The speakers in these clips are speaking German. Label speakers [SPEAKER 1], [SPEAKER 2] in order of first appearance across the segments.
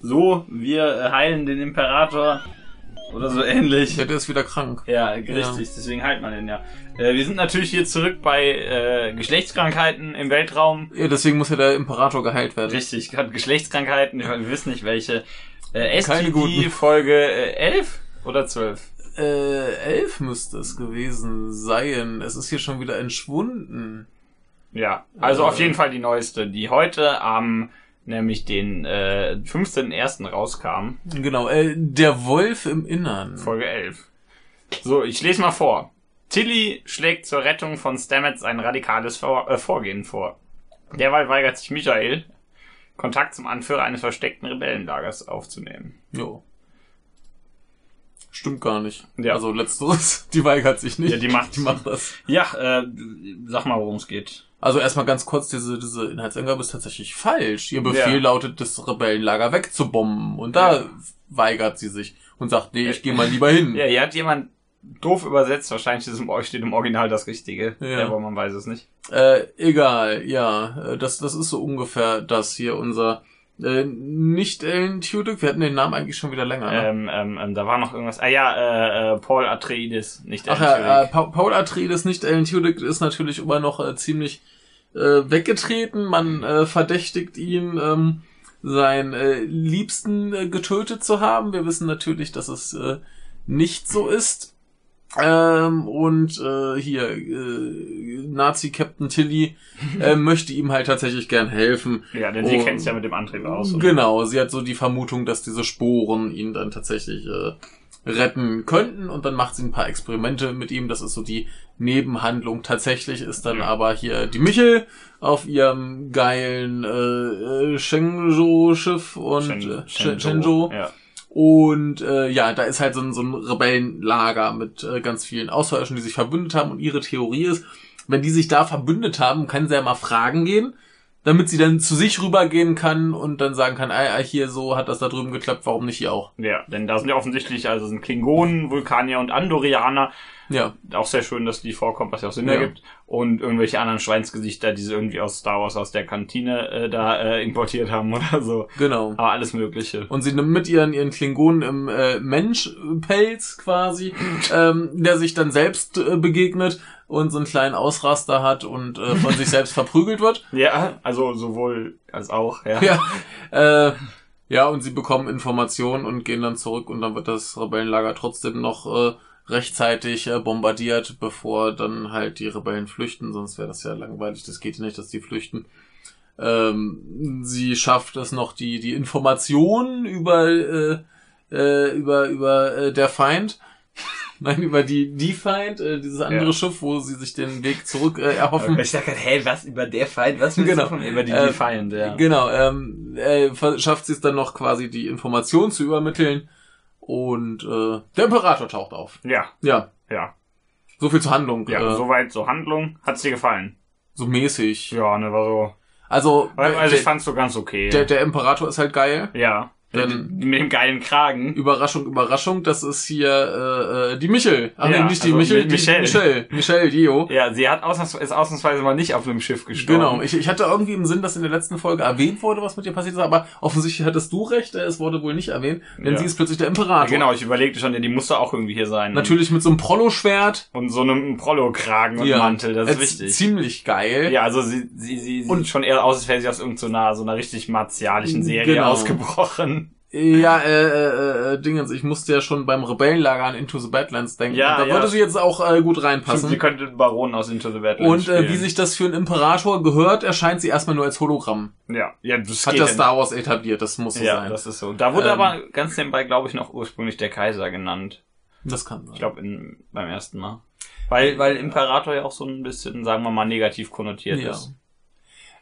[SPEAKER 1] so, wir heilen den Imperator oder so ähnlich.
[SPEAKER 2] Ja, der ist wieder krank.
[SPEAKER 1] Ja, richtig, deswegen heilt man den ja. Äh, wir sind natürlich hier zurück bei äh, Geschlechtskrankheiten im Weltraum.
[SPEAKER 2] Ja, deswegen muss ja der Imperator geheilt werden.
[SPEAKER 1] Richtig, gerade Geschlechtskrankheiten, wir wissen nicht welche. Äh,
[SPEAKER 2] Keine guten.
[SPEAKER 1] STD Folge äh, 11 oder 12?
[SPEAKER 2] Äh, elf müsste es gewesen sein. Es ist hier schon wieder entschwunden.
[SPEAKER 1] Ja, also
[SPEAKER 2] Äh.
[SPEAKER 1] auf jeden Fall die neueste, die heute am, nämlich den äh, 15.01. rauskam,
[SPEAKER 2] Genau, äh, der Wolf im Innern.
[SPEAKER 1] Folge 11. So, ich lese mal vor. Tilly schlägt zur Rettung von Stamets ein radikales vor äh, Vorgehen vor. Derweil weigert sich Michael, Kontakt zum Anführer eines versteckten Rebellenlagers aufzunehmen.
[SPEAKER 2] Jo. Stimmt gar nicht.
[SPEAKER 1] Ja.
[SPEAKER 2] Also letzteres, die weigert sich nicht.
[SPEAKER 1] Ja, die macht-
[SPEAKER 2] die macht das.
[SPEAKER 1] Ja, äh, sag mal, worum es geht.
[SPEAKER 2] Also erstmal ganz kurz, diese, diese Inhaltsangabe ist tatsächlich falsch. Ihr Befehl
[SPEAKER 1] Ja.
[SPEAKER 2] lautet, das Rebellenlager wegzubomben. Und da
[SPEAKER 1] Ja. Äh.
[SPEAKER 2] weigert sie sich und sagt, nee, ich gehe mal lieber hin.
[SPEAKER 1] Ja, hier hat jemand doof übersetzt. Wahrscheinlich ist im, steht im Original das Richtige.
[SPEAKER 2] Ja.
[SPEAKER 1] Ja. Aber man weiß es nicht.
[SPEAKER 2] Äh, egal, ja. äh, Das, das ist so ungefähr das hier, unser äh, nicht Ellen Tudyk. Wir hatten den Namen eigentlich schon wieder länger. ne?
[SPEAKER 1] Ähm, ähm, ähm, da war noch irgendwas. Ah ja, äh, äh, Paul Atreides, nicht
[SPEAKER 2] Ach
[SPEAKER 1] Alan
[SPEAKER 2] ja, äh,
[SPEAKER 1] Tudyk.
[SPEAKER 2] Pa- Paul Atreides, nicht Alan Tudyk, ist natürlich immer noch äh, ziemlich äh, weggetreten. Man äh, verdächtigt ihn, ähm, seinen äh, Liebsten äh, getötet zu haben. Wir wissen natürlich, dass es äh, nicht so ist. Ähm, und äh, hier, äh, Nazi-Captain Tilly äh, möchte ihm halt tatsächlich gern helfen.
[SPEAKER 1] Ja, denn sie
[SPEAKER 2] Oh.
[SPEAKER 1] kennt es ja mit dem Antrieb aus. und-
[SPEAKER 2] Genau, sie hat so die Vermutung, dass diese Sporen ihn dann tatsächlich äh, retten könnten und dann macht sie ein paar Experimente mit ihm. Das ist so die Nebenhandlung. Tatsächlich ist dann
[SPEAKER 1] Mhm.
[SPEAKER 2] aber hier die Michel auf ihrem geilen äh, äh, Shenzhou-Schiff und äh, Shen- Shenzhou.
[SPEAKER 1] Ja.
[SPEAKER 2] Und äh, ja, da ist halt so ein, so ein Rebellenlager mit äh, ganz vielen Außerirdischen, die sich verbündet haben. Und ihre Theorie ist, wenn die sich da verbündet haben, kann sie ja mal fragen gehen, damit sie dann zu sich rübergehen kann und dann sagen kann, ei, ei, hier so hat das da drüben geklappt, warum nicht hier auch?
[SPEAKER 1] Ja, denn da sind ja offensichtlich, also sind Klingonen, Vulkanier und Andorianer.
[SPEAKER 2] Ja,
[SPEAKER 1] Auch sehr schön, dass die vorkommen, was ja auch Sinn
[SPEAKER 2] Ja.
[SPEAKER 1] ergibt. Und irgendwelche anderen Schweinsgesichter, die sie irgendwie aus Star Wars aus der Kantine äh, da äh, importiert haben oder so.
[SPEAKER 2] genau.
[SPEAKER 1] Aber alles Mögliche.
[SPEAKER 2] Und sie nimmt mit ihren, ihren Klingonen im äh, Menschpelz quasi, ähm, der sich dann selbst äh, begegnet und so einen kleinen Ausraster hat und äh, von sich selbst verprügelt wird.
[SPEAKER 1] Ja, also sowohl als auch, ja.
[SPEAKER 2] Ja. Äh, ja, und sie bekommen Informationen und gehen dann zurück und dann wird das Rebellenlager trotzdem noch äh, rechtzeitig äh, bombardiert, bevor dann halt die Rebellen flüchten, sonst wäre das ja langweilig, das geht ja nicht, dass die flüchten. Ähm, sie schafft es noch, die, die Informationen über, äh, äh, über, über äh, der Feind. Nein, über die, die Feind, äh, dieses andere
[SPEAKER 1] Ja.
[SPEAKER 2] Schiff, wo sie sich den Weg zurück äh, erhoffen.
[SPEAKER 1] Aber Ich sag halt, hey, was über der Feind? Was willst
[SPEAKER 2] Genau.
[SPEAKER 1] du von mir? über die
[SPEAKER 2] Äh,
[SPEAKER 1] Defiant, ja.
[SPEAKER 2] Genau, ähm, äh, schafft sie es dann noch quasi die Information zu übermitteln und äh, der Imperator taucht auf.
[SPEAKER 1] Ja,
[SPEAKER 2] Ja,
[SPEAKER 1] ja.
[SPEAKER 2] so viel zur Handlung.
[SPEAKER 1] Ja,
[SPEAKER 2] äh, so,
[SPEAKER 1] soweit so Handlung. Hat's dir gefallen?
[SPEAKER 2] mäßig.
[SPEAKER 1] Ja, ne, war so.
[SPEAKER 2] Also, der,
[SPEAKER 1] Also ich
[SPEAKER 2] der,
[SPEAKER 1] fand's so ganz okay.
[SPEAKER 2] der, der Imperator ist halt geil.
[SPEAKER 1] ja.
[SPEAKER 2] Dann-
[SPEAKER 1] mit dem geilen Kragen.
[SPEAKER 2] Überraschung, Überraschung, das ist hier äh, äh, die Michel. Ach
[SPEAKER 1] Ja,
[SPEAKER 2] nee, nicht die
[SPEAKER 1] also
[SPEAKER 2] Michel,
[SPEAKER 1] Mi-
[SPEAKER 2] die
[SPEAKER 1] Michelle.
[SPEAKER 2] Michelle. Michelle, Dio.
[SPEAKER 1] Ja, sie hat ausnahms ist ausnahmsweise mal nicht auf einem Schiff gestorben.
[SPEAKER 2] Genau, ich, ich hatte irgendwie im Sinn, dass in der letzten Folge erwähnt wurde, was mit ihr passiert ist, aber offensichtlich hattest du recht, äh, es wurde wohl nicht erwähnt, denn
[SPEAKER 1] Ja.
[SPEAKER 2] sie ist plötzlich der
[SPEAKER 1] Ja,
[SPEAKER 2] Imperator.
[SPEAKER 1] genau, ich überlegte schon, ja, die musste auch irgendwie hier sein.
[SPEAKER 2] Natürlich mit so einem Prollo-Schwert.
[SPEAKER 1] Und so einem Prollo-Kragen und Mantel, das ist
[SPEAKER 2] Äh, z-
[SPEAKER 1] wichtig.
[SPEAKER 2] Ziemlich geil.
[SPEAKER 1] ja, also sie, sie, sie sieht
[SPEAKER 2] Und-
[SPEAKER 1] schon eher aus, als wäre sie aus irgendeiner so einer richtig martialischen Serie
[SPEAKER 2] Genau.
[SPEAKER 1] ausgebrochen.
[SPEAKER 2] Ja, äh, äh, äh, Dingens, ich musste ja schon beim Rebellenlager an Into the Badlands denken.
[SPEAKER 1] Ja,
[SPEAKER 2] Und da
[SPEAKER 1] ja.
[SPEAKER 2] würde sie jetzt auch äh,
[SPEAKER 1] Stimmt,
[SPEAKER 2] gut
[SPEAKER 1] Sie
[SPEAKER 2] reinpassen.
[SPEAKER 1] könnte den Baron aus Into the Badlands
[SPEAKER 2] Und äh,
[SPEAKER 1] spielen.
[SPEAKER 2] wie sich das für einen Imperator gehört, erscheint sie erstmal nur als Hologramm.
[SPEAKER 1] ja, ja, das
[SPEAKER 2] Hat
[SPEAKER 1] geht
[SPEAKER 2] das
[SPEAKER 1] ja
[SPEAKER 2] Star Wars etabliert, das muss
[SPEAKER 1] nicht.
[SPEAKER 2] so
[SPEAKER 1] ja,
[SPEAKER 2] sein. Das,
[SPEAKER 1] das ist so. Da wurde
[SPEAKER 2] Ähm,
[SPEAKER 1] aber ganz nebenbei, glaube ich, noch ursprünglich der Kaiser genannt.
[SPEAKER 2] kann sein.
[SPEAKER 1] Ich glaube, in- beim ersten Mal. Weil, weil Imperator ja auch so ein bisschen, sagen wir mal, negativ konnotiert
[SPEAKER 2] ja.
[SPEAKER 1] ist.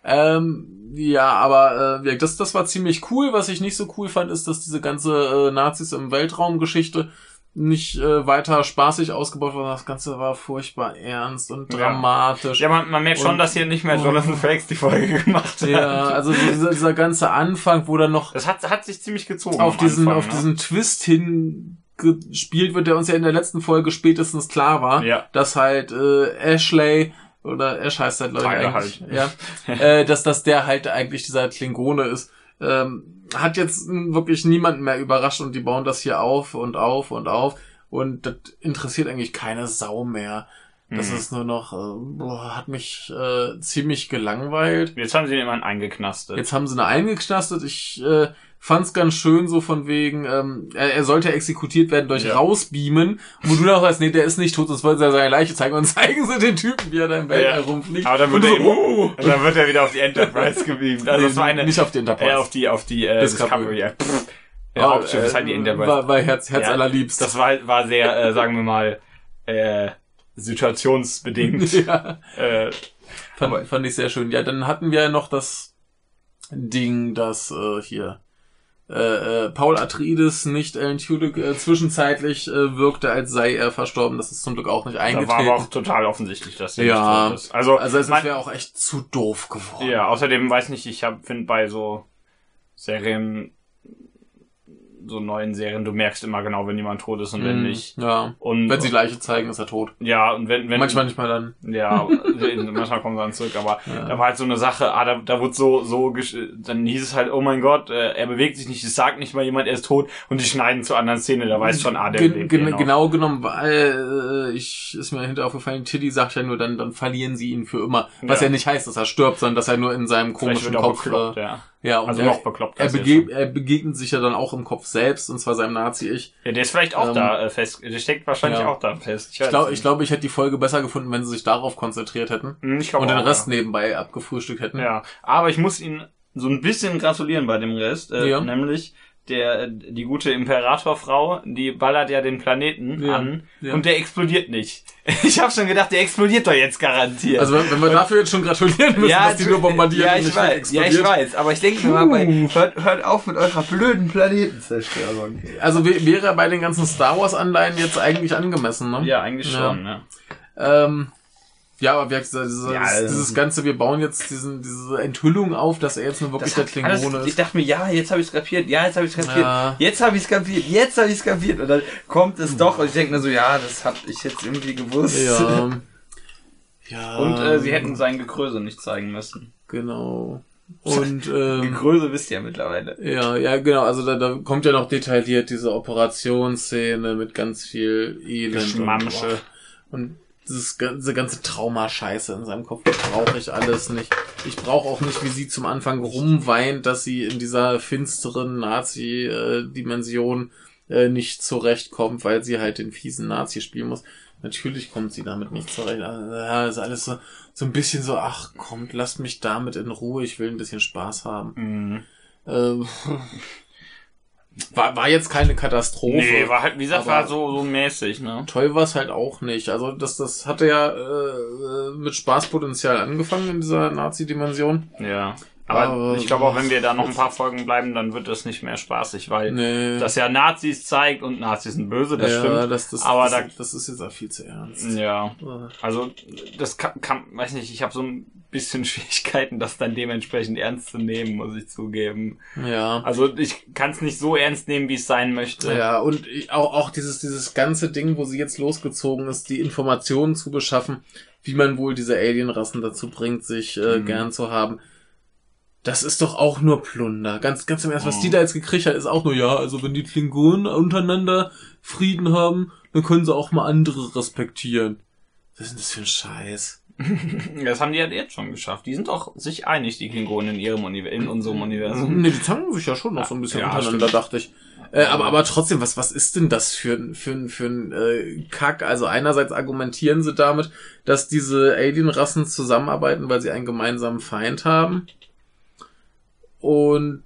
[SPEAKER 2] Ähm, ja, aber äh, ja, das, das war ziemlich cool. Was ich nicht so cool fand, ist, dass diese ganze äh, Nazis im Weltraum-Geschichte nicht äh, weiter spaßig ausgebaut wurde. Das Ganze war furchtbar ernst und
[SPEAKER 1] Ja.
[SPEAKER 2] dramatisch.
[SPEAKER 1] Ja, man, man merkt schon,
[SPEAKER 2] Und-
[SPEAKER 1] dass hier nicht mehr Jonathan Frakes die Folge gemacht hat.
[SPEAKER 2] Ja, also so dieser, dieser ganze Anfang, wo dann noch
[SPEAKER 1] Das hat, hat sich ziemlich gezogen.
[SPEAKER 2] auf
[SPEAKER 1] am
[SPEAKER 2] diesen,
[SPEAKER 1] Anfang,
[SPEAKER 2] auf
[SPEAKER 1] ne?
[SPEAKER 2] diesen Twist hingespielt wird, der uns ja in der letzten Folge spätestens klar war,
[SPEAKER 1] Ja.
[SPEAKER 2] dass halt äh, Ashley oder Ash heißt halt Leute
[SPEAKER 1] Tyler
[SPEAKER 2] eigentlich, ja, äh, dass dass der halt eigentlich dieser Klingone ist. Ähm, hat jetzt wirklich niemanden mehr überrascht und die bauen das hier auf und auf und auf und das interessiert eigentlich keine Sau mehr. Das
[SPEAKER 1] Mhm.
[SPEAKER 2] ist nur noch, äh, boah, hat mich äh, ziemlich gelangweilt.
[SPEAKER 1] Jetzt haben sie den immerhin eingeknastet.
[SPEAKER 2] Jetzt haben sie eine eingeknastet. Ich äh, fand's ganz schön so von wegen, ähm, er, er sollte exekutiert werden durch
[SPEAKER 1] Ja.
[SPEAKER 2] rausbeamen. Wo du dann auch sagst, nee, der ist nicht tot, sonst wollen sie ja seine Leiche zeigen. Und zeigen sie den Typen, wie er da im Weltall
[SPEAKER 1] Ja.
[SPEAKER 2] rumfliegt.
[SPEAKER 1] Aber dann
[SPEAKER 2] und
[SPEAKER 1] wird er
[SPEAKER 2] so, oh.
[SPEAKER 1] Und dann wird er wieder auf die Enterprise geblieben. Also das war eine,
[SPEAKER 2] nicht auf den Interpol.
[SPEAKER 1] äh, auf die, auf die äh, Discovery.
[SPEAKER 2] Discovery. äh,
[SPEAKER 1] Ja, Pff. ja Hauptschiff ist halt die Enterprise.
[SPEAKER 2] War, war Herz, Herz
[SPEAKER 1] Ja.
[SPEAKER 2] allerliebst.
[SPEAKER 1] das war, halt- war sehr, äh, sagen wir mal, äh, situationsbedingt.
[SPEAKER 2] ja,
[SPEAKER 1] äh, aber-
[SPEAKER 2] fand, fand ich sehr schön. Ja, dann hatten wir ja noch das Ding, das äh, hier äh, äh, Paul Atreides, nicht Alan Tudyk, äh, zwischenzeitlich äh, wirkte, als sei er verstorben. Das ist zum Glück auch nicht
[SPEAKER 1] da war aber auch
[SPEAKER 2] eingetreten.
[SPEAKER 1] total offensichtlich, dass sie nicht
[SPEAKER 2] Ja.
[SPEAKER 1] tot ist. Also,
[SPEAKER 2] Also es
[SPEAKER 1] man-
[SPEAKER 2] wäre auch echt zu doof geworden.
[SPEAKER 1] Ja, außerdem weiß nicht, ich hab finde bei so Serien, so neuen Serien, du merkst immer genau, wenn jemand tot ist und wenn
[SPEAKER 2] Mhm.
[SPEAKER 1] nicht.
[SPEAKER 2] Ja.
[SPEAKER 1] Und
[SPEAKER 2] Wenn sie Leiche zeigen, ist er tot.
[SPEAKER 1] ja, und wenn, wenn
[SPEAKER 2] Manchmal nicht mal dann.
[SPEAKER 1] ja, manchmal kommen sie dann zurück, aber
[SPEAKER 2] Ja.
[SPEAKER 1] da war halt so eine Sache, ah, da, da wurde so, so, gesch- dann hieß es halt, oh mein Gott, äh, er bewegt sich nicht, es sagt nicht mal jemand, er ist tot und die schneiden zur anderen Szene, da weiß schon, ah, der
[SPEAKER 2] Gen
[SPEAKER 1] lebt
[SPEAKER 2] gen
[SPEAKER 1] genau.
[SPEAKER 2] Genau genommen, weil äh, ich ist mir hinterher aufgefallen, Tilly sagt ja nur, dann, dann verlieren sie ihn für immer. Was ja.
[SPEAKER 1] Ja.
[SPEAKER 2] nicht heißt, dass er stirbt, sondern dass er nur in seinem
[SPEAKER 1] Vielleicht
[SPEAKER 2] komischen
[SPEAKER 1] wird er auch
[SPEAKER 2] Kopf.
[SPEAKER 1] bekloppt,
[SPEAKER 2] äh,
[SPEAKER 1] ja.
[SPEAKER 2] ja, und
[SPEAKER 1] Also
[SPEAKER 2] er,
[SPEAKER 1] noch bekloppt.
[SPEAKER 2] er,
[SPEAKER 1] als jetzt
[SPEAKER 2] bege
[SPEAKER 1] schon.
[SPEAKER 2] er begegnet sich ja dann auch im Kopf selbst, und zwar seinem Nazi-Ich.
[SPEAKER 1] ja, der ist vielleicht auch
[SPEAKER 2] Ähm,
[SPEAKER 1] da äh, fest, der steckt wahrscheinlich
[SPEAKER 2] ja.
[SPEAKER 1] auch da fest.
[SPEAKER 2] Ich
[SPEAKER 1] weiß
[SPEAKER 2] glaube,
[SPEAKER 1] nicht.
[SPEAKER 2] ich, glaube, ich hätte die Folge besser gefunden, wenn sie sich darauf konzentriert hätten
[SPEAKER 1] Hm, ich glaub
[SPEAKER 2] und den
[SPEAKER 1] auch, ja.
[SPEAKER 2] Rest nebenbei abgefrühstückt hätten.
[SPEAKER 1] Ja, aber ich muss ihn so ein bisschen gratulieren bei dem Rest, äh,
[SPEAKER 2] Ja.
[SPEAKER 1] nämlich der äh, die gute Imperatorfrau, die ballert ja den Planeten
[SPEAKER 2] Ja.
[SPEAKER 1] an
[SPEAKER 2] Ja.
[SPEAKER 1] und der explodiert nicht. Ich habe schon gedacht, der explodiert doch jetzt garantiert.
[SPEAKER 2] Also wenn, wenn wir dafür jetzt schon gratulieren müssen, dass die
[SPEAKER 1] du-
[SPEAKER 2] nur bombardiert
[SPEAKER 1] ja,
[SPEAKER 2] und
[SPEAKER 1] ich
[SPEAKER 2] nicht
[SPEAKER 1] weiß, ja,
[SPEAKER 2] explodiert.
[SPEAKER 1] ich weiß, aber ich denke mir mal, bei, hört, hört auf mit eurer blöden Planetenzerstörung.
[SPEAKER 2] Also wär- wäre er bei den ganzen Star Wars-Anleihen jetzt eigentlich angemessen, ne?
[SPEAKER 1] Ja, eigentlich schon, ne?
[SPEAKER 2] Ähm, ja, aber wie gesagt, dieses,
[SPEAKER 1] Ja,
[SPEAKER 2] dieses,
[SPEAKER 1] also-
[SPEAKER 2] dieses Ganze, wir bauen jetzt diesen, diese Enthüllung auf, dass er jetzt nur wirklich
[SPEAKER 1] Das
[SPEAKER 2] der
[SPEAKER 1] hat alles,
[SPEAKER 2] Klingone
[SPEAKER 1] ich
[SPEAKER 2] ist.
[SPEAKER 1] dachte mir, ja, jetzt habe ich es kapiert, ja, jetzt habe ich es kapiert,
[SPEAKER 2] Ja.
[SPEAKER 1] jetzt habe ich es kapiert, jetzt habe ich es kapiert. Und dann kommt es doch und ich denke mir so, ja, das habe ich jetzt irgendwie gewusst.
[SPEAKER 2] Ja. ja.
[SPEAKER 1] Und äh, sie hätten sein Gekröse nicht zeigen müssen.
[SPEAKER 2] Genau. Und ähm,
[SPEAKER 1] Gekröse wisst ihr ja mittlerweile.
[SPEAKER 2] ja, ja, genau, also da, da kommt ja noch detailliert diese Operationsszene mit ganz viel Elend.
[SPEAKER 1] Geschmamsche.
[SPEAKER 2] Und, und dieses, ga- diese ganze Traumascheiße in seinem Kopf brauche ich alles nicht. Ich brauche auch nicht, wie sie zum Anfang rumweint, dass sie in dieser finsteren Nazi-Dimension äh, nicht zurechtkommt, weil sie halt den fiesen Nazi spielen muss. Natürlich kommt sie damit nicht zurecht. Also, Ja, ist alles so, so ein bisschen so, ach kommt, lasst mich damit in Ruhe, ich will ein bisschen Spaß haben.
[SPEAKER 1] Mhm.
[SPEAKER 2] Ähm, war, war jetzt keine Katastrophe.
[SPEAKER 1] Nee, war halt, wie gesagt,
[SPEAKER 2] Aber-
[SPEAKER 1] war so, so mäßig, ne?
[SPEAKER 2] Toll war es halt auch nicht. Also das, das hatte ja äh, äh, mit Spaßpotenzial angefangen in dieser Nazi-Dimension.
[SPEAKER 1] Ja. Aber
[SPEAKER 2] Aber-
[SPEAKER 1] ich glaube auch, wenn wir da noch ein paar Folgen bleiben, dann wird das nicht mehr spaßig, weil
[SPEAKER 2] Nee.
[SPEAKER 1] das ja Nazis zeigt und Nazis sind böse, das
[SPEAKER 2] ja,
[SPEAKER 1] stimmt.
[SPEAKER 2] Das, das,
[SPEAKER 1] Aber
[SPEAKER 2] das,
[SPEAKER 1] da-
[SPEAKER 2] das ist jetzt auch viel zu ernst.
[SPEAKER 1] Ja.
[SPEAKER 2] Äh,
[SPEAKER 1] Also, das kann, kann weiß nicht, ich habe so ein bisschen Schwierigkeiten, das dann dementsprechend ernst zu nehmen, muss ich zugeben.
[SPEAKER 2] Ja.
[SPEAKER 1] Also, ich kann es nicht so ernst nehmen, wie es sein möchte.
[SPEAKER 2] Ja, und ich- auch, auch dieses, dieses ganze Ding, wo sie jetzt losgezogen ist, die Informationen zu beschaffen, wie man wohl diese Alienrassen dazu bringt, sich äh,
[SPEAKER 1] Mhm.
[SPEAKER 2] gern zu haben. Das ist doch auch nur Plunder. Ganz, ganz im Ernst, was
[SPEAKER 1] Mhm.
[SPEAKER 2] die da jetzt gekriegt hat, ist auch nur, ja, also wenn die Klingonen untereinander Frieden haben, dann können sie auch mal andere respektieren. Was ist denn das für ein Scheiß?
[SPEAKER 1] Das haben die halt jetzt schon geschafft. Die sind doch sich einig, die Klingonen in ihrem Univer in unserem Universum.
[SPEAKER 2] Nee, die zanken sich ja schon noch so ein bisschen
[SPEAKER 1] Ja,
[SPEAKER 2] untereinander,
[SPEAKER 1] stimmt.
[SPEAKER 2] dachte ich. Äh, aber, aber trotzdem, was, was ist denn das für ein, für ein, für ein äh, Kack? Also einerseits argumentieren sie damit, dass diese Alien-Rassen zusammenarbeiten, weil sie einen gemeinsamen Feind haben. Und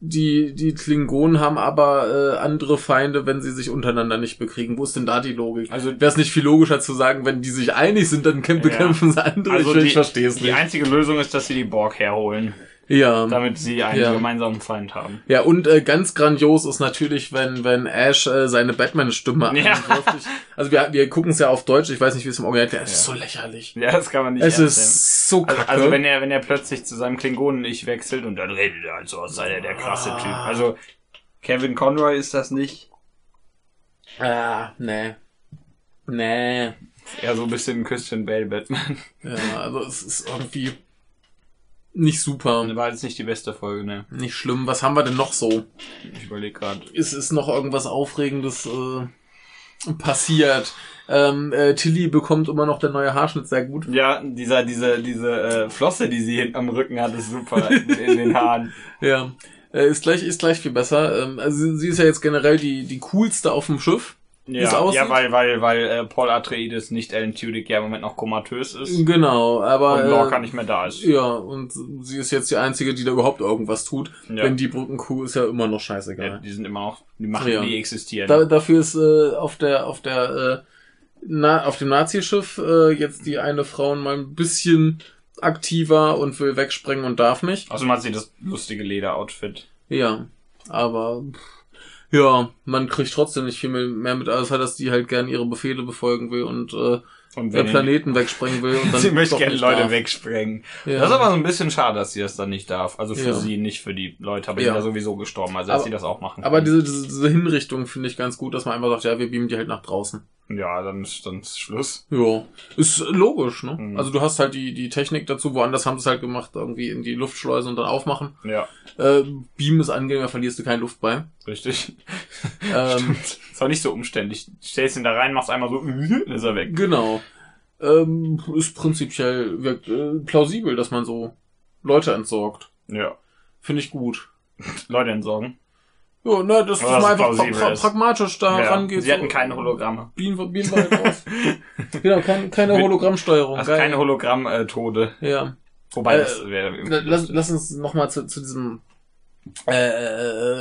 [SPEAKER 2] die, die Klingonen haben aber äh, andere Feinde, wenn sie sich untereinander nicht bekriegen. Wo ist denn da die Logik?
[SPEAKER 1] Also,
[SPEAKER 2] Wäre es nicht viel logischer zu sagen, wenn die sich einig sind, dann kämpfen-
[SPEAKER 1] Ja.
[SPEAKER 2] bekämpfen sie andere?
[SPEAKER 1] also
[SPEAKER 2] ich
[SPEAKER 1] die,
[SPEAKER 2] ich verstehe es
[SPEAKER 1] die
[SPEAKER 2] nicht.
[SPEAKER 1] einzige Lösung ist, dass sie die Borg herholen,
[SPEAKER 2] Ja.
[SPEAKER 1] damit sie einen
[SPEAKER 2] Ja.
[SPEAKER 1] gemeinsamen Feind haben.
[SPEAKER 2] Ja, und äh, ganz grandios ist natürlich, wenn, wenn Ash äh, seine Batman-Stimme
[SPEAKER 1] Ja.
[SPEAKER 2] anwirft. Ich- Also wir, wir gucken es ja auf Deutsch, ich weiß nicht, wie es im Original ist. Es ist so lächerlich.
[SPEAKER 1] Ja, das kann man nicht
[SPEAKER 2] es
[SPEAKER 1] ernst
[SPEAKER 2] ist so
[SPEAKER 1] nehmen. Also,
[SPEAKER 2] kacke.
[SPEAKER 1] also wenn er wenn er plötzlich zu seinem Klingonen ich wechselt und dann redet er halt so, als sei er der krasse
[SPEAKER 2] Ah.
[SPEAKER 1] Typ. Also Kevin Conroy ist das nicht.
[SPEAKER 2] ah, nee. Nee.
[SPEAKER 1] Eher so ein bisschen Christian Bale Batman.
[SPEAKER 2] Ja, also es ist irgendwie... Nicht super,
[SPEAKER 1] War jetzt nicht die beste Folge, ne?
[SPEAKER 2] nicht schlimm. Was haben wir denn noch so?
[SPEAKER 1] Ich überlege gerade.
[SPEAKER 2] Ist, ist noch irgendwas Aufregendes äh, passiert? Ähm, äh, Tilly bekommt immer noch der neue Haarschnitt sehr gut.
[SPEAKER 1] Ja, dieser, diese, diese äh, Flosse, die sie hinten am Rücken hat, ist super in den Haaren.
[SPEAKER 2] Ja, äh, ist gleich ist gleich viel besser. Ähm, also sie- sie ist ja jetzt generell die die coolste auf dem Schiff. Wie es
[SPEAKER 1] Ja,
[SPEAKER 2] aussieht?
[SPEAKER 1] ja weil, weil, weil äh, Paul Atreides, nicht Alan Tudyk, ja im Moment noch komatös ist
[SPEAKER 2] Genau, aber
[SPEAKER 1] und Lorca
[SPEAKER 2] äh,
[SPEAKER 1] nicht mehr da ist.
[SPEAKER 2] ja und sie ist jetzt die einzige, die da überhaupt irgendwas tut.
[SPEAKER 1] Ja.
[SPEAKER 2] Wenn die Brückenkuh ist ja immer noch scheißegal.
[SPEAKER 1] Ja, die sind immer noch, die machen,
[SPEAKER 2] Ja.
[SPEAKER 1] die existieren.
[SPEAKER 2] Da, dafür ist äh, auf der auf der äh, Na, auf dem Nazi-Schiff äh, jetzt die eine Frau mal ein bisschen aktiver und will wegspringen und darf nicht.
[SPEAKER 1] Außerdem hat sie das lustige Lederoutfit.
[SPEAKER 2] Ja, aber pff, ja, man kriegt trotzdem nicht viel mehr- mehr mit, außer dass die halt gern ihre Befehle befolgen will und äh,
[SPEAKER 1] Und
[SPEAKER 2] der
[SPEAKER 1] wenn-
[SPEAKER 2] Planeten wegsprengen will und dann
[SPEAKER 1] sie möchte
[SPEAKER 2] doch
[SPEAKER 1] gerne
[SPEAKER 2] nicht
[SPEAKER 1] Leute
[SPEAKER 2] darf.
[SPEAKER 1] wegsprengen.
[SPEAKER 2] Ja.
[SPEAKER 1] Das ist aber so ein bisschen schade, dass sie das dann nicht darf. Also für
[SPEAKER 2] Ja.
[SPEAKER 1] sie, nicht für die Leute, aber die
[SPEAKER 2] Ja.
[SPEAKER 1] sind ja sowieso gestorben, also dass
[SPEAKER 2] Aber-
[SPEAKER 1] sie das auch machen
[SPEAKER 2] Aber
[SPEAKER 1] können.
[SPEAKER 2] diese, diese, diese Hinrichtung finde ich ganz gut, dass man einfach sagt, ja, wir beamen die halt nach draußen.
[SPEAKER 1] Ja, dann ist, dann ist Schluss.
[SPEAKER 2] Ja, ist logisch, ne?
[SPEAKER 1] Mhm.
[SPEAKER 2] Also du hast halt die, die Technik dazu, woanders haben sie es halt gemacht, irgendwie in die Luft schleusen und dann aufmachen.
[SPEAKER 1] Ja,
[SPEAKER 2] Äh, Beam ist angenehmer, verlierst du keine Luft bei.
[SPEAKER 1] richtig.
[SPEAKER 2] Ähm,
[SPEAKER 1] Stimmt. Ist auch nicht so umständlich. Stellst ihn da rein, machst einmal so, dann ist er weg.
[SPEAKER 2] genau. Ähm, ist prinzipiell wirkt, äh, plausibel, dass man so Leute entsorgt.
[SPEAKER 1] Ja.
[SPEAKER 2] Finde ich gut.
[SPEAKER 1] Leute entsorgen.
[SPEAKER 2] Ja, ne, dass
[SPEAKER 1] Aber
[SPEAKER 2] man
[SPEAKER 1] das
[SPEAKER 2] einfach pra
[SPEAKER 1] plausibel
[SPEAKER 2] pra
[SPEAKER 1] ist.
[SPEAKER 2] pragmatisch da
[SPEAKER 1] ja.
[SPEAKER 2] rangeht.
[SPEAKER 1] Sie hatten
[SPEAKER 2] so,
[SPEAKER 1] keine Hologramme.
[SPEAKER 2] Beam, Beam war halt aus. genau, kein, keine Hologrammsteuerung.
[SPEAKER 1] Also
[SPEAKER 2] Oh, geil.
[SPEAKER 1] keine Hologramm-Tode.
[SPEAKER 2] ja.
[SPEAKER 1] Wobei,
[SPEAKER 2] Äh,
[SPEAKER 1] das wäre...
[SPEAKER 2] Lass, lass uns nochmal zu, zu diesem äh,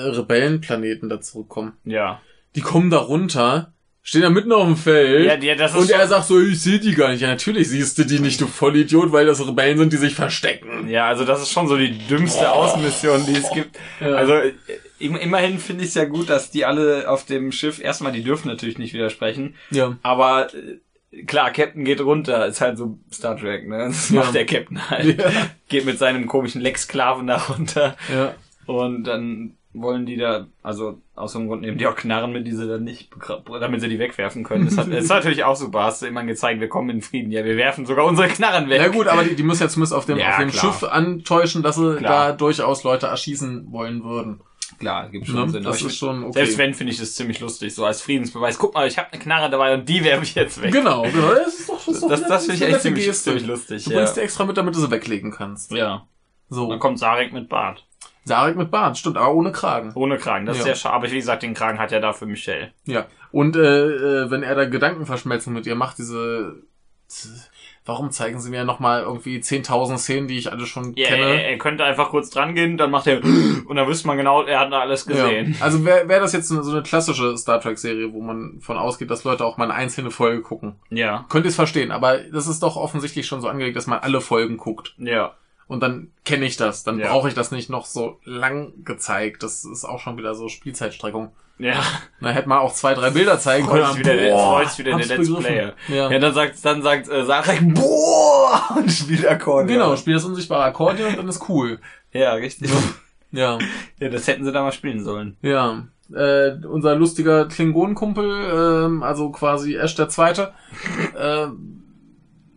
[SPEAKER 2] äh, Rebellenplaneten da zurückkommen.
[SPEAKER 1] ja.
[SPEAKER 2] Die kommen da runter, stehen da mitten auf dem Feld.
[SPEAKER 1] Ja, ja, das ist
[SPEAKER 2] und
[SPEAKER 1] schon-
[SPEAKER 2] er sagt so, ich sehe die gar nicht. Ja, natürlich siehst du die nicht, du Vollidiot, weil das Rebellen sind, die sich verstecken.
[SPEAKER 1] Ja, also das ist schon so die dümmste Außenmission, die es gibt.
[SPEAKER 2] Ja.
[SPEAKER 1] Also äh, im- immerhin finde ich es ja gut, dass die alle auf dem Schiff, erstmal, die dürfen natürlich nicht widersprechen,
[SPEAKER 2] Ja.
[SPEAKER 1] aber äh, klar, Captain geht runter, ist halt so Star Trek, ne? Das
[SPEAKER 2] Ja.
[SPEAKER 1] macht der Captain halt.
[SPEAKER 2] Ja.
[SPEAKER 1] Geht mit seinem komischen Lex-Sklaven da runter
[SPEAKER 2] Ja.
[SPEAKER 1] und dann wollen die da, also aus dem Grund nehmen die auch Knarren mit, die sie dann nicht, begra- damit sie die wegwerfen können. Das, hat, das ist natürlich auch super, hast du immer gezeigt, wir kommen in Frieden. Ja, wir werfen sogar unsere Knarren weg.
[SPEAKER 2] Na gut, aber die, die müssen ja zumindest auf dem,
[SPEAKER 1] Ja,
[SPEAKER 2] auf dem
[SPEAKER 1] klar.
[SPEAKER 2] Schiff antäuschen, dass sie
[SPEAKER 1] Klar.
[SPEAKER 2] da durchaus Leute erschießen wollen würden.
[SPEAKER 1] Klar, gibt schon
[SPEAKER 2] Ne?
[SPEAKER 1] Sinn.
[SPEAKER 2] Das
[SPEAKER 1] Aber ich-
[SPEAKER 2] ist schon okay.
[SPEAKER 1] Selbst wenn, finde ich das ziemlich lustig, so als Friedensbeweis. Guck mal, ich habe eine Knarre dabei und die werfe ich jetzt weg.
[SPEAKER 2] Genau, genau. Das ist doch das, ist doch
[SPEAKER 1] Das,
[SPEAKER 2] eine-
[SPEAKER 1] das finde
[SPEAKER 2] eine
[SPEAKER 1] ich echt
[SPEAKER 2] nette
[SPEAKER 1] ziemlich,
[SPEAKER 2] Geste.
[SPEAKER 1] ziemlich lustig.
[SPEAKER 2] Du
[SPEAKER 1] ja.
[SPEAKER 2] bringst die extra mit, damit du sie weglegen kannst.
[SPEAKER 1] ja.
[SPEAKER 2] So.
[SPEAKER 1] Und dann kommt Sarek mit Bart.
[SPEAKER 2] Sarek mit Bart, stimmt, aber ohne Kragen.
[SPEAKER 1] Ohne Kragen. Das ist
[SPEAKER 2] Ja.
[SPEAKER 1] ja schade. Aber wie gesagt, den Kragen hat ja dafür Michelle.
[SPEAKER 2] Ja. Und äh, äh, wenn er da Gedankenverschmelzung mit ihr macht, diese warum zeigen sie mir nochmal irgendwie 10.000 Szenen, die ich alle schon
[SPEAKER 1] Ja,
[SPEAKER 2] kenne?
[SPEAKER 1] er, er könnte einfach kurz dran gehen, dann macht er und dann wüsste man genau, er hat da alles gesehen.
[SPEAKER 2] Ja. Also wäre wär das jetzt so eine klassische Star Trek-Serie, wo man von ausgeht, dass Leute auch mal eine einzelne Folge gucken.
[SPEAKER 1] Ja.
[SPEAKER 2] Könnt ihr es verstehen, aber das ist doch offensichtlich schon so angelegt, dass man alle Folgen guckt.
[SPEAKER 1] Ja.
[SPEAKER 2] Und dann kenne ich das, dann
[SPEAKER 1] Ja.
[SPEAKER 2] brauche ich das nicht noch so lang gezeigt. Das ist auch schon wieder so Spielzeitstreckung.
[SPEAKER 1] Ja.
[SPEAKER 2] Na, hätte man auch zwei, drei Bilder zeigen
[SPEAKER 1] Freut
[SPEAKER 2] können.
[SPEAKER 1] sich wieder, der-
[SPEAKER 2] Boah,
[SPEAKER 1] freut sich wieder der
[SPEAKER 2] hab's
[SPEAKER 1] Let's
[SPEAKER 2] begriffen.
[SPEAKER 1] Player.
[SPEAKER 2] Ja.
[SPEAKER 1] dann sagt, dann sagt äh, Sarek, boah, und spielt Akkordeon.
[SPEAKER 2] Genau, spiel das unsichtbare Akkordeon und dann ist cool.
[SPEAKER 1] Ja, richtig.
[SPEAKER 2] Ja,
[SPEAKER 1] ja, das hätten sie da mal spielen sollen.
[SPEAKER 2] ja. Äh, unser lustiger Klingonenkumpel, ähm, also quasi Ash der Zweite, äh,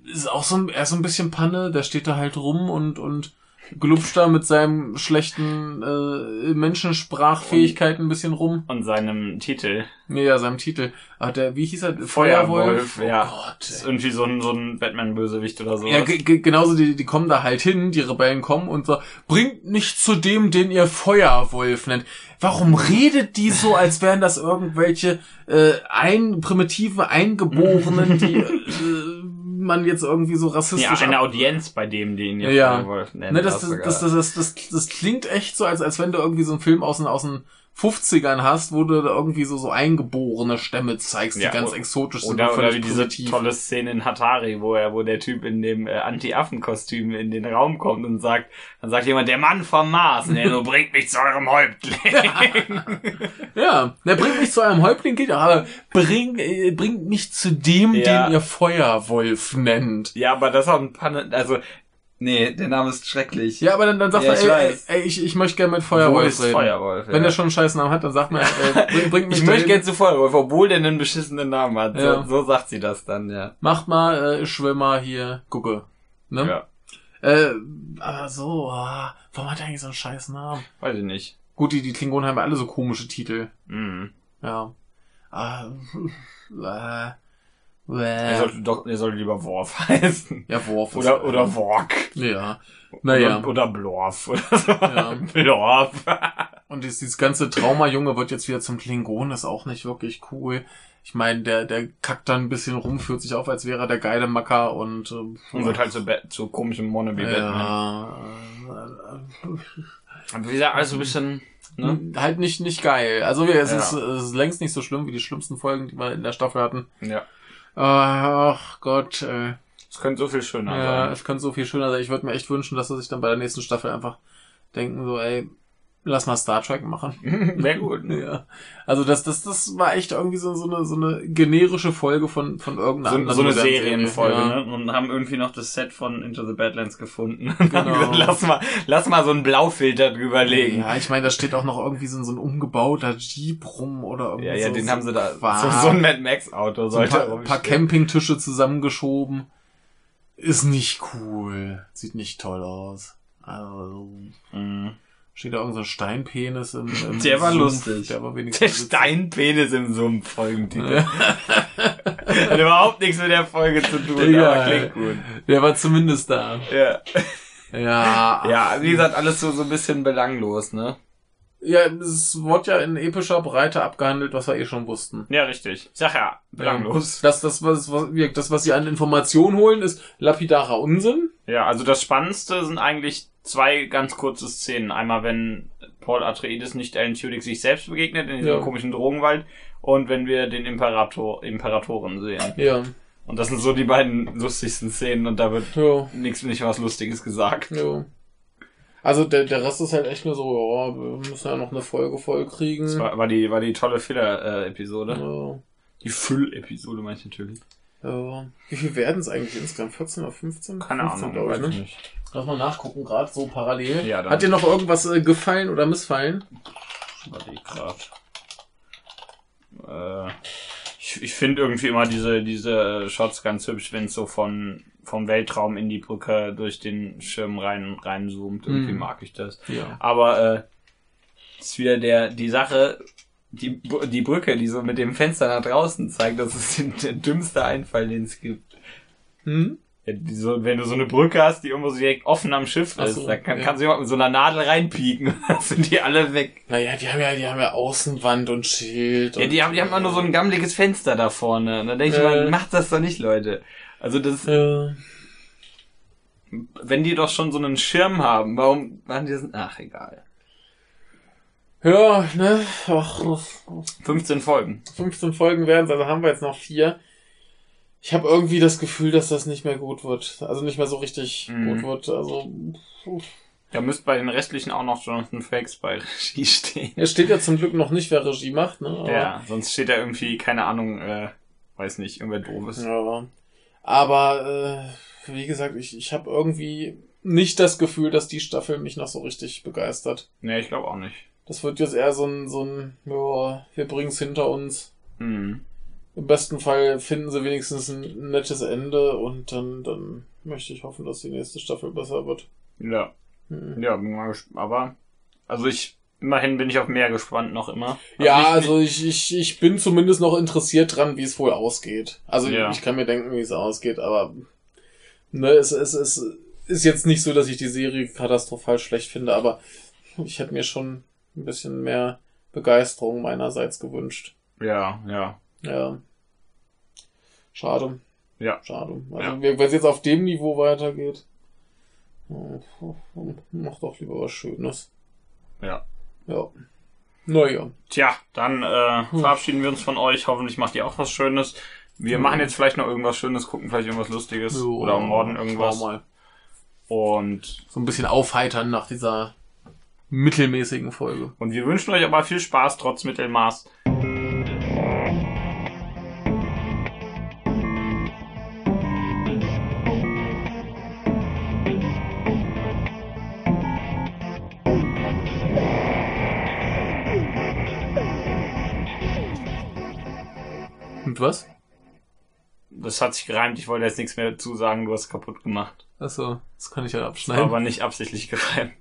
[SPEAKER 2] ist auch so ein, er ist so ein bisschen Panne, der steht da halt rum und, und glupscht da mit seinem schlechten äh, Menschensprachfähigkeit ein bisschen rum.
[SPEAKER 1] Und seinem Titel.
[SPEAKER 2] Nee, ja, seinem Titel. Ach, der, wie hieß er?
[SPEAKER 1] Feuerwolf,
[SPEAKER 2] Oh
[SPEAKER 1] ja.
[SPEAKER 2] Gott,
[SPEAKER 1] ist
[SPEAKER 2] ey.
[SPEAKER 1] irgendwie so ein, so ein Batman-Bösewicht oder so.
[SPEAKER 2] Ja, ge- ge- genauso, die, die kommen da halt hin, die Rebellen kommen und so, bringt nicht zu dem, den ihr Feuerwolf nennt. Warum redet die so, als wären das irgendwelche äh, ein, primitive Eingeborenen, die äh, man jetzt irgendwie so
[SPEAKER 1] ja, genau.
[SPEAKER 2] rassistisch...
[SPEAKER 1] eine
[SPEAKER 2] ab-
[SPEAKER 1] Audienz bei dem, die ihn jetzt
[SPEAKER 2] Ja.
[SPEAKER 1] Feuerwolf nennen.
[SPEAKER 2] Ne, das,
[SPEAKER 1] hast
[SPEAKER 2] das,
[SPEAKER 1] du
[SPEAKER 2] das,
[SPEAKER 1] gerade.
[SPEAKER 2] das, das, das, das klingt echt so, als, als wenn du irgendwie so einen Film aus den, aus den 50ern hast, wo du da irgendwie so, so eingeborene Stämme zeigst, die
[SPEAKER 1] Ja,
[SPEAKER 2] ganz
[SPEAKER 1] o-
[SPEAKER 2] exotisch sind
[SPEAKER 1] oder,
[SPEAKER 2] und
[SPEAKER 1] oder
[SPEAKER 2] völlig
[SPEAKER 1] wie diese
[SPEAKER 2] primitiv.
[SPEAKER 1] tolle Szene in Hatari, wo er, wo der Typ in dem äh, Anti-Affen-Kostüm in den Raum kommt und sagt, dann sagt jemand, der Mann vom Mars, und er so, bringt mich zu eurem Häuptling.
[SPEAKER 2] Ja, der bringt mich zu einem Häuptling, geht ja, aber bring, äh, bringt mich zu dem,
[SPEAKER 1] Ja.
[SPEAKER 2] den ihr Feuerwolf nennt.
[SPEAKER 1] ja, aber das ist auch ein Panne, also, nee, der Name ist schrecklich.
[SPEAKER 2] Ja, aber dann, dann sagt
[SPEAKER 1] Ja, ich
[SPEAKER 2] er, ey,
[SPEAKER 1] weiß.
[SPEAKER 2] ey, ey, ich, ich möchte gerne mit
[SPEAKER 1] Wo
[SPEAKER 2] Feuerwolf
[SPEAKER 1] ist
[SPEAKER 2] reden.
[SPEAKER 1] Feuerwolf?
[SPEAKER 2] Wenn
[SPEAKER 1] ja.
[SPEAKER 2] der schon einen scheiß Namen hat, dann sagt man, äh, bring, bring mich
[SPEAKER 1] ich möchte
[SPEAKER 2] dahin.
[SPEAKER 1] gerne zu Feuerwolf, obwohl der einen beschissenen Namen hat.
[SPEAKER 2] Ja.
[SPEAKER 1] So, so sagt sie das dann, ja.
[SPEAKER 2] Macht mal, äh, Schwimmer hier, gucke. Ne?
[SPEAKER 1] Ja.
[SPEAKER 2] Äh, aber so, ah, warum hat er eigentlich so einen scheiß Namen?
[SPEAKER 1] Weiß ich nicht.
[SPEAKER 2] Gut, die, die Klingonen haben ja alle so komische Titel.
[SPEAKER 1] Mhm.
[SPEAKER 2] Ja. Ah, äh,
[SPEAKER 1] Er,
[SPEAKER 2] äh,
[SPEAKER 1] sollte doch, er sollte lieber Worf heißen.
[SPEAKER 2] ja, Worf. ist-
[SPEAKER 1] Also, Oder, oder Work.
[SPEAKER 2] Ja. Naja.
[SPEAKER 1] Oder, oder Blorf. Oder so.
[SPEAKER 2] Ja.
[SPEAKER 1] Blorf.
[SPEAKER 2] Und dieses, dieses ganze Trauma-Junge wird jetzt wieder zum Klingon, ist auch nicht wirklich cool. Ich meine, der, der kackt dann ein bisschen rum, fühlt sich auf, als wäre er der geile Macker und, ähm,
[SPEAKER 1] Und wird halt zu, Ba- zu komischem Mono wie Batman.
[SPEAKER 2] ja,
[SPEAKER 1] ne? Aber Wie gesagt, also ein bisschen, ne?
[SPEAKER 2] äh, halt nicht, nicht geil. Also ja, es,
[SPEAKER 1] Ja.
[SPEAKER 2] ist, es ist längst nicht so schlimm wie die schlimmsten Folgen, die wir in der Staffel hatten.
[SPEAKER 1] Ja.
[SPEAKER 2] Äh, ach Gott, äh,
[SPEAKER 1] Es könnte so viel schöner
[SPEAKER 2] ja,
[SPEAKER 1] sein.
[SPEAKER 2] es könnte so viel schöner sein. Ich würde mir echt wünschen, dass er sich dann bei der nächsten Staffel einfach denken, so, ey, lass mal Star Trek machen.
[SPEAKER 1] Wäre gut, ne?
[SPEAKER 2] Ja. Also das, das, das war echt irgendwie so, so, eine, so eine generische Folge von, von irgendeiner
[SPEAKER 1] So,
[SPEAKER 2] anderen
[SPEAKER 1] so eine
[SPEAKER 2] modernen Serie.
[SPEAKER 1] Serienfolge,
[SPEAKER 2] ja.
[SPEAKER 1] ne? Und haben irgendwie noch das Set von Into the Badlands gefunden. Und haben
[SPEAKER 2] Genau.
[SPEAKER 1] gesagt, lass mal, lass mal so einen Blaufilter drüberlegen.
[SPEAKER 2] Ja, ich meine, da steht auch noch irgendwie so, ein- so ein umgebauter Jeep rum oder irgendwie
[SPEAKER 1] Ja, ja,
[SPEAKER 2] so,
[SPEAKER 1] den
[SPEAKER 2] so
[SPEAKER 1] haben sie da.
[SPEAKER 2] Quark.
[SPEAKER 1] So, so ein Mad Max Auto
[SPEAKER 2] so ein
[SPEAKER 1] sollte
[SPEAKER 2] paar, paar
[SPEAKER 1] rumstehen.
[SPEAKER 2] Campingtische zusammengeschoben. Ist nicht cool. Sieht nicht toll aus. Also,
[SPEAKER 1] Mhm.
[SPEAKER 2] steht da irgendein so ein Steinpenis im, im
[SPEAKER 1] Der war
[SPEAKER 2] Sumpf.
[SPEAKER 1] lustig.
[SPEAKER 2] Der war
[SPEAKER 1] Der
[SPEAKER 2] wenigstens witzig.
[SPEAKER 1] Steinpenis im Sumpf, Folgentitel. Hat überhaupt nichts mit der Folge zu tun, aber
[SPEAKER 2] Egal.
[SPEAKER 1] klingt gut.
[SPEAKER 2] Der war zumindest da.
[SPEAKER 1] Ja.
[SPEAKER 2] Ja,
[SPEAKER 1] ja, wie gesagt, alles so, so ein bisschen belanglos, ne?
[SPEAKER 2] Ja, es wurde ja in epischer Breite abgehandelt, was wir eh schon wussten.
[SPEAKER 1] Ja, richtig. Ich sag ja, belanglos.
[SPEAKER 2] Das, das, was, was, wir- das, was sie an Informationen holen, ist lapidarer Unsinn.
[SPEAKER 1] Ja, also das Spannendste sind eigentlich zwei ganz kurze Szenen. Einmal, wenn Paul Atreides nicht Alan Tudyk sich selbst begegnet in diesem
[SPEAKER 2] Ja.
[SPEAKER 1] komischen Drogenwald und wenn wir den Imperator, Imperatoren sehen.
[SPEAKER 2] Ja,
[SPEAKER 1] Und das sind so die beiden lustigsten Szenen und da wird
[SPEAKER 2] ja,
[SPEAKER 1] nichts, nicht was Lustiges gesagt.
[SPEAKER 2] ja. Also der, der Rest ist halt echt nur so, ja, wir müssen ja noch eine Folge voll kriegen.
[SPEAKER 1] Das war, war, die, war die tolle Filler-Episode.
[SPEAKER 2] Ja,
[SPEAKER 1] Die Füll-Episode meine ich natürlich.
[SPEAKER 2] ja. Wie viel werden es eigentlich insgesamt? 14 oder 15?
[SPEAKER 1] Keine
[SPEAKER 2] 15,
[SPEAKER 1] Ahnung,
[SPEAKER 2] glaub
[SPEAKER 1] weiß
[SPEAKER 2] ich,
[SPEAKER 1] ich
[SPEAKER 2] ne?
[SPEAKER 1] nicht.
[SPEAKER 2] Lass mal nachgucken, gerade so parallel.
[SPEAKER 1] Ja, dann-
[SPEAKER 2] Hat dir noch irgendwas äh, gefallen oder missfallen?
[SPEAKER 1] Überleg grad. Äh, ich ich finde irgendwie immer diese, diese Shots ganz hübsch, wenn es so von, vom Weltraum in die Brücke durch den Schirm rein, reinzoomt. Irgendwie
[SPEAKER 2] Mhm.
[SPEAKER 1] mag ich das.
[SPEAKER 2] Ja.
[SPEAKER 1] Aber äh, ist wieder der, die Sache, die, Bu- die Brücke, die so mit dem Fenster nach draußen zeigt, das ist der dümmste Einfall, den es gibt.
[SPEAKER 2] Hm?
[SPEAKER 1] Ja, die so, wenn du so eine Brücke hast, die irgendwo so direkt offen am Schiff
[SPEAKER 2] Ach
[SPEAKER 1] ist,
[SPEAKER 2] so,
[SPEAKER 1] da kann,
[SPEAKER 2] ja.
[SPEAKER 1] kannst du jemand mit so einer Nadel reinpieken, dann sind die alle weg.
[SPEAKER 2] Naja, die haben ja, die haben ja Außenwand und Schild.
[SPEAKER 1] Ja,
[SPEAKER 2] und,
[SPEAKER 1] die haben, die haben immer nur so ein gammeliges Fenster da vorne. Und dann denke ich
[SPEAKER 2] Äh.
[SPEAKER 1] mal, macht das doch nicht, Leute. Also das,
[SPEAKER 2] Ja.
[SPEAKER 1] wenn die doch schon so einen Schirm haben, warum machen die das? Ach, egal.
[SPEAKER 2] Ja, ne? Ach,
[SPEAKER 1] 15 Folgen.
[SPEAKER 2] 15 Folgen werden also haben wir jetzt noch vier. Ich habe irgendwie das Gefühl, dass das nicht mehr gut wird. Also nicht mehr so richtig
[SPEAKER 1] Mhm.
[SPEAKER 2] gut wird. Also puh.
[SPEAKER 1] Da müsste bei den restlichen auch noch Jonathan Frakes bei Regie stehen.
[SPEAKER 2] es steht ja zum Glück noch nicht, wer Regie macht, ne? Aber,
[SPEAKER 1] Ja, sonst steht da irgendwie, keine Ahnung, äh, weiß nicht, irgendwer doofes.
[SPEAKER 2] ja. Aber äh, wie gesagt, ich, ich habe irgendwie nicht das Gefühl, dass die Staffel mich noch so richtig begeistert.
[SPEAKER 1] Nee, ich glaube auch nicht.
[SPEAKER 2] Das wird jetzt eher so ein, so ein, ja, wir bringen's hinter uns.
[SPEAKER 1] Hm.
[SPEAKER 2] Im besten Fall finden sie wenigstens ein nettes Ende und dann, dann möchte ich hoffen, dass die nächste Staffel besser wird.
[SPEAKER 1] Ja.
[SPEAKER 2] Hm.
[SPEAKER 1] Ja, bin mal gespannt. Aber, also ich, immerhin bin ich auf mehr gespannt noch immer.
[SPEAKER 2] Ja,
[SPEAKER 1] nicht-
[SPEAKER 2] also ich, ich, ich bin zumindest noch interessiert dran, wie es wohl ausgeht. Also ich-
[SPEAKER 1] Ja.
[SPEAKER 2] ich kann mir denken, wie es ausgeht, aber ne, es, es, es ist jetzt nicht so, dass ich die Serie katastrophal schlecht finde, aber ich hätte mir schon ein bisschen mehr Begeisterung meinerseits gewünscht.
[SPEAKER 1] Ja, ja.
[SPEAKER 2] Ja. Schade.
[SPEAKER 1] Ja.
[SPEAKER 2] Schade.
[SPEAKER 1] Ja.
[SPEAKER 2] Also, wenn es jetzt auf dem Niveau weitergeht, oh, oh, oh, mach doch lieber was Schönes.
[SPEAKER 1] Ja.
[SPEAKER 2] Ja. Naja.
[SPEAKER 1] Tja, dann äh, verabschieden wir uns von euch. Hoffentlich macht ihr auch was Schönes. Wir
[SPEAKER 2] Ja.
[SPEAKER 1] machen jetzt vielleicht noch irgendwas Schönes, gucken vielleicht irgendwas Lustiges oder morden irgendwas.
[SPEAKER 2] Mal.
[SPEAKER 1] Und,
[SPEAKER 2] So ein bisschen aufheitern nach dieser mittelmäßigen Folge.
[SPEAKER 1] und wir wünschen euch aber viel Spaß trotz Mittelmaß.
[SPEAKER 2] Und was?
[SPEAKER 1] das hat sich gereimt. Ich wollte jetzt nichts mehr dazu sagen. Du hast kaputt gemacht.
[SPEAKER 2] Achso, das kann ich ja
[SPEAKER 1] War
[SPEAKER 2] abschneiden.
[SPEAKER 1] aber nicht absichtlich gereimt.